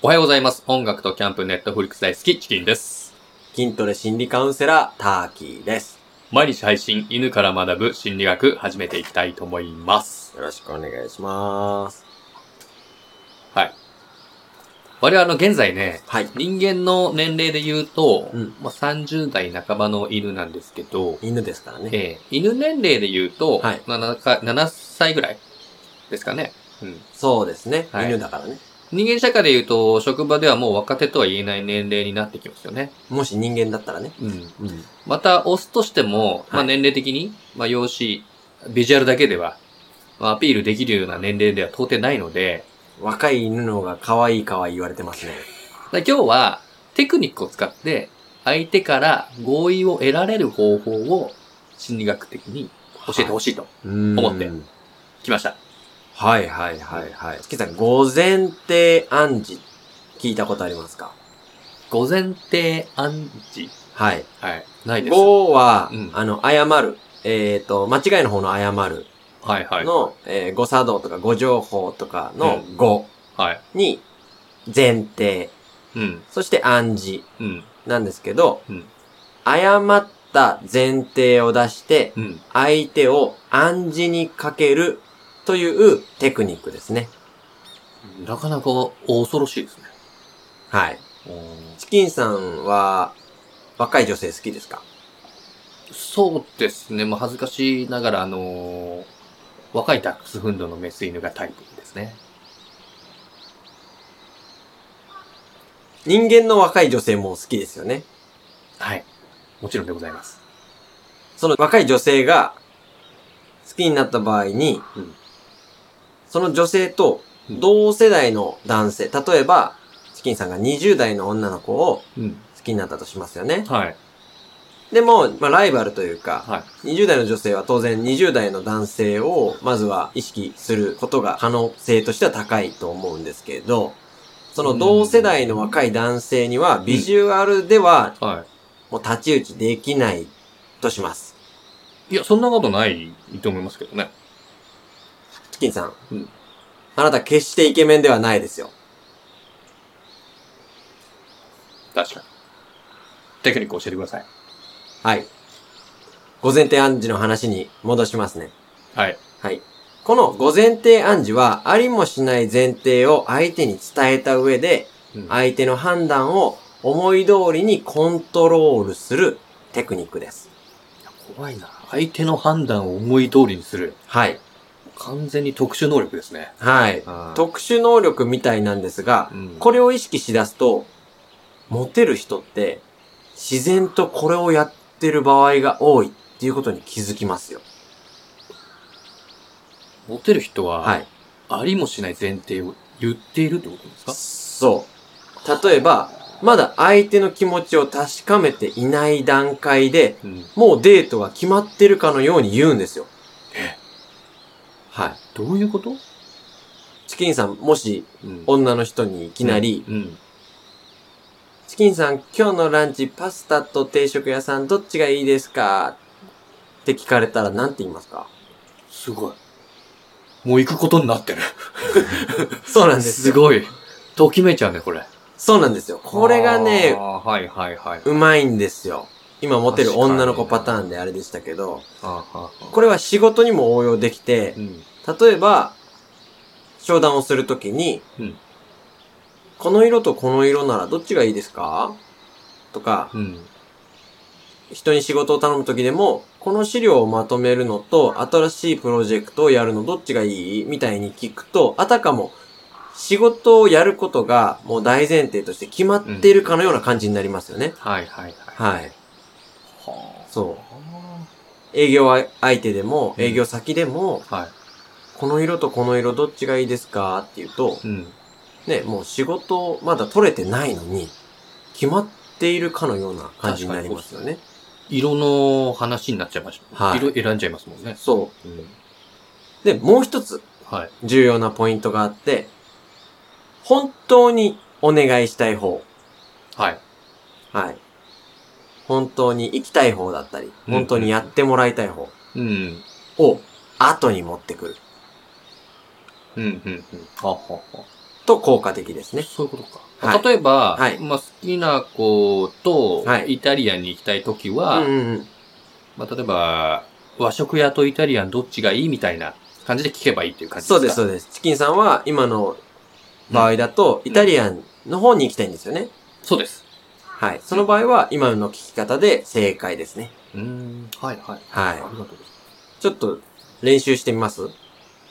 おはようございます。音楽とキャンプ、ネットフリックス大好き、チキンです。筋トレ心理カウンセラー、ターキーです。毎日配信、犬から学ぶ心理学、始めていきたいと思います。よろしくお願いします。はい。我々あの、現在ね、はい。人間の年齢で言うと、うんまあ、30代半ばの犬なんですけど、犬ですからね。えー犬年齢で言うと、はい7か、7歳ぐらいですかね。うん。そうですね、はい犬だからね。人間社会で言うと、職場ではもう若手とは言えない年齢になってきますよね。もし人間だったらね。うん。うん。また、オスとしても、まあ、はい年齢的に、まあ、容姿、ビジュアルだけでは、まあ、アピールできるような年齢では到底ないので、若い犬の方が可愛い可愛い言われてますね。だから今日は、テクニックを使って、相手から合意を得られる方法を、心理学的に教えてほしいと、思思って来ました。はいはいはいはい。月さん、午前定暗示、聞いたことありますか午前定暗示はい。はい。ないです。午は、うんあの、謝る。えっ、と、間違いの方の謝るはいはい。の、えー、誤作動とか誤情報とかの誤はい。に、前提、うん。そして暗示うん。なんですけど、うん誤った前提を出して、うん。相手を暗示にかけるというテクニックですね。なかなか恐ろしいですね。はい。チキンさんは、若い女性好きですかそうですね。まあ、恥ずかしながら、あのー若いダックスフンドのメス犬がタイプですね。人間の若い女性も好きですよね。はい。もちろんでございます。その若い女性が好きになった場合に、うんその女性とうん同世代の男性、例えば、チキンさんが20代の女の子をうん。好きになったとしますよね。はい。でも、まあ、ライバルというか、はい。 20代の女性は当然20代の男性をまずは意識することが可能性としては高いと思うんですけど、その同世代の若い男性にはビジュアルでははもう太刀打ちできないとします。い。いや、そんなことないと思いますけどね。チキンさん。うんあなた決してイケメンではないですよ。確かに。テクニック教えてください。はい。午前提暗示の話に戻しますね。はい。はい。この午前提暗示は、ありもしない前提を相手に伝えた上で、うん相手の判断を思い通りにコントロールするテクニックです。怖いな。相手の判断を思い通りにする。はい。完全に特殊能力ですね。はい。と、特殊能力みたいなんですが、うんこれを意識しだすと、モテる人って、自然とこれをやってる場合が多いっていうことに気づきますよ。モテる人は、はい。ありもしない前提を言っているってことですかそう。例えば、まだ相手の気持ちを確かめていない段階で、うん。もうデートが決まってるかのように言うんですよ。えはい。どういうことチキンさん、もしうん女の人にいきなり、うん。チキンさん、今日のランチパスタと定食屋さんどっちがいいですかって聞かれたら何て言いますかすごい。もう行くことになってる。 そうなんですすよ。ごい。ときめいちゃうね、これ。そうなんですよ。これがねあ、ーはいはいはい。うまいんですよ。今持ってる確かに女の子パターンであれでしたけど、あーはーはーこれは仕事にも応用できてう、ん。例えば、商談をするときに、うんこの色とこの色ならどっちがいいですかとか、うん。人に仕事を頼むときでも、この資料をまとめるのと、新しいプロジェクトをやるのどっちがいいみたいに聞くと、あたかも、仕事をやることがもう大前提として決まっているかのような感じになりますよね。はいはいはい。はい。はそう。あ。営業相手でも、うん営業先でも、はこの色とこの色どっちがいいですかって言うと、い。うん。ね、もう仕事まだ取れてないのに、決まっているかのような感じになりますよね。色の話になっちゃいました。はい色選んじゃいますもんね。そうん。う。で、もう一つはい。重要なポイントがあって、本当にお願いしたい方。はい。はい。本当に行きたい方だったり、本当にやってもらいたい方うん。を後に持ってくる。うん、うん、うん。はあはあはあと効果的ですね。そういうことか。はい例えば、はいまあ、好きな子とはいイタリアンに行きたいときは、うんうんうん。まあ、例えば、和食屋とイタリアンどっちがいいみたいな感じで聞けばいいっていう感じですそかうです、そううです。チキンさんは今の場合だと、イタリアンの方に行きたいんですよね。です。そうです。はい。その場合は、今の聞き方で正解ですね。うーん、はいはい。はありがい。とうございます。ちょっと、練習してみます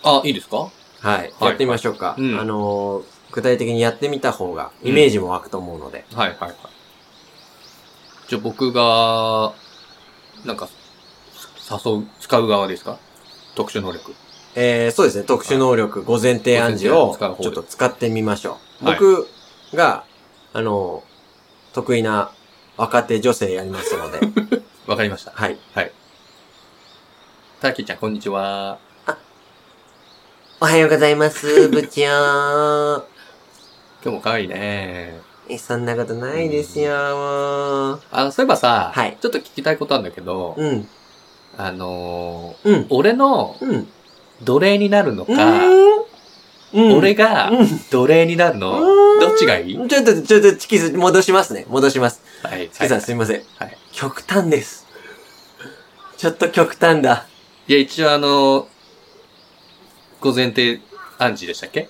あ、いいですかはい。はいやってみましょうか。うんあのー具体的にやってみた方が、イメージも湧くと思うので。はいはいはい。じゃあ僕が、なんか、誘う、使う側ですか特殊能力。えー、そうですね。特殊能力、ご前提暗示ごを、前提暗示使う方でちょっと使ってみましょう。はい僕が、あのー得意な若手女性やりますので。 わかりました。はい。たけちゃん、こんにちは。おはようございます、部長。今日も可愛いね。え、そんなことないですよ。あ、そういえばさ、はいちょっと聞きたいことあるんだけど、うん、あのーうん、俺のうん。奴隷になるのうか、ーん。うん俺がうん奴隷になるの、うんどっちがいいちょっと、ちょっと、チキス、戻しますね。戻します。はい。チキさん、はすいません。はい極端です。ちょっと極端だ。い。いや、一応あのーご前提暗示でしたっけ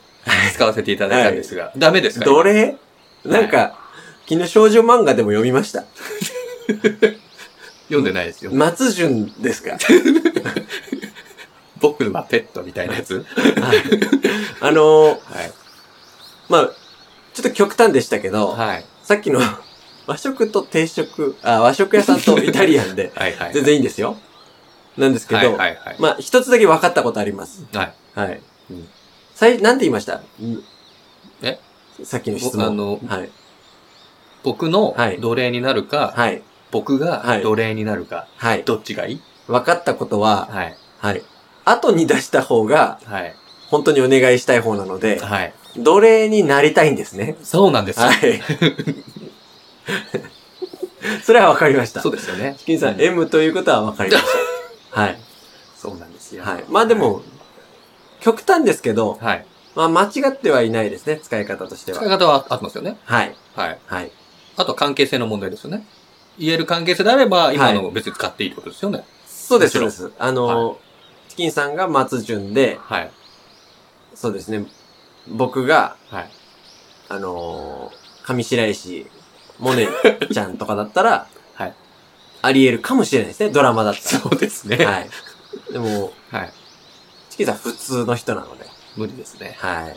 使わせていただいたんですが、ダメですか奴隷なんか、昨日少女漫画でも読みました。読んでないですよ。松潤です か僕はペットみたいなやつ。 あのー、はい。まあ、ちょっと極端でしたけど、はい。さっきの和食と定食、あ、和食屋さんとイタリアンで、はいはい。全然いいんですよ。なんですけはど、いはいはい。まあ、一つだけ分かったことあります。はい。はい。うん最、なんて言いましたんえさっきの質ぼあ問。のはい。僕のはい奴隷になるか、はい。僕はがい奴隷になるか、はい。どっちがいい分かったことは、はい。はい。後に出した方が、はい。本当にお願いしたい方なので、はい。奴隷になりたいんですね。そうなんですよ。はい。 それは分かりました。そうですよね。金さん、う M ということは分かりまし た。はい。そうなんですよ。はい。まあでも、極端ですけど、はい。まあ間違ってはいないですね、使い方として使いは。方は合ってますよね。はい。はい。はい。あとは関係性の問題ですよね。言える関係性であれば、今の別に使っていいってことですよね。そうです、そうもでちす。あのー、チキンさんが松潤で、はい。そうですね、僕が、はい。あのー、上白石、モネちゃんとかだったら、 はい。あり得るかもしれないですね、ドラマだったそうですね。ら。はい。はい。でも、チキンさん普通の人なので、無理ですね。はい。はい。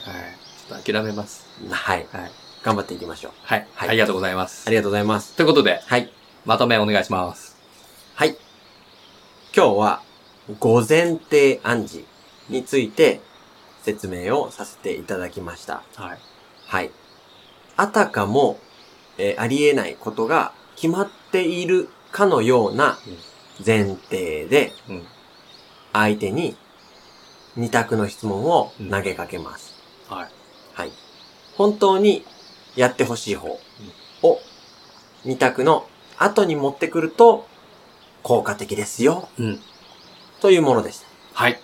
ちょっと諦めます。はい。はい。頑張っていきましょう。はい。はいありがとうございますあ。りがとうございます。ということで、はい。まとめお願いします。はい。今日は、午前提暗示について説明をさせていただきました。はい。はい。あたかも、えーありえないことが決まっているかのような前提で、うん。相手に二択の質問を投げかけます。はい。はい。本当にやってほしい方を二択の後に持ってくると効果的ですよ。うん。というものでした。はい。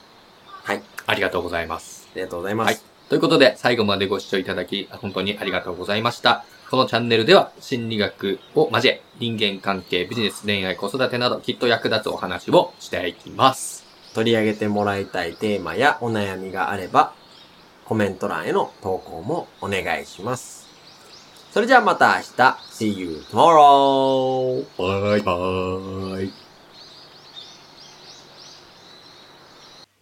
はい。ありがとうございます。ありがとうございまはいす。。ということで、最後までご視聴いただき、本当にありがとうございました。このチャンネルでは、心理学を交え、人間関係、ビジネス、恋愛、子育てなど、きっと役立つお話をしていきます。取り上げてもらいたいテーマやお悩みがあれば、コメント欄への投稿もお願いします。それじゃあまた明日。See you tomorrow! バイバーイ。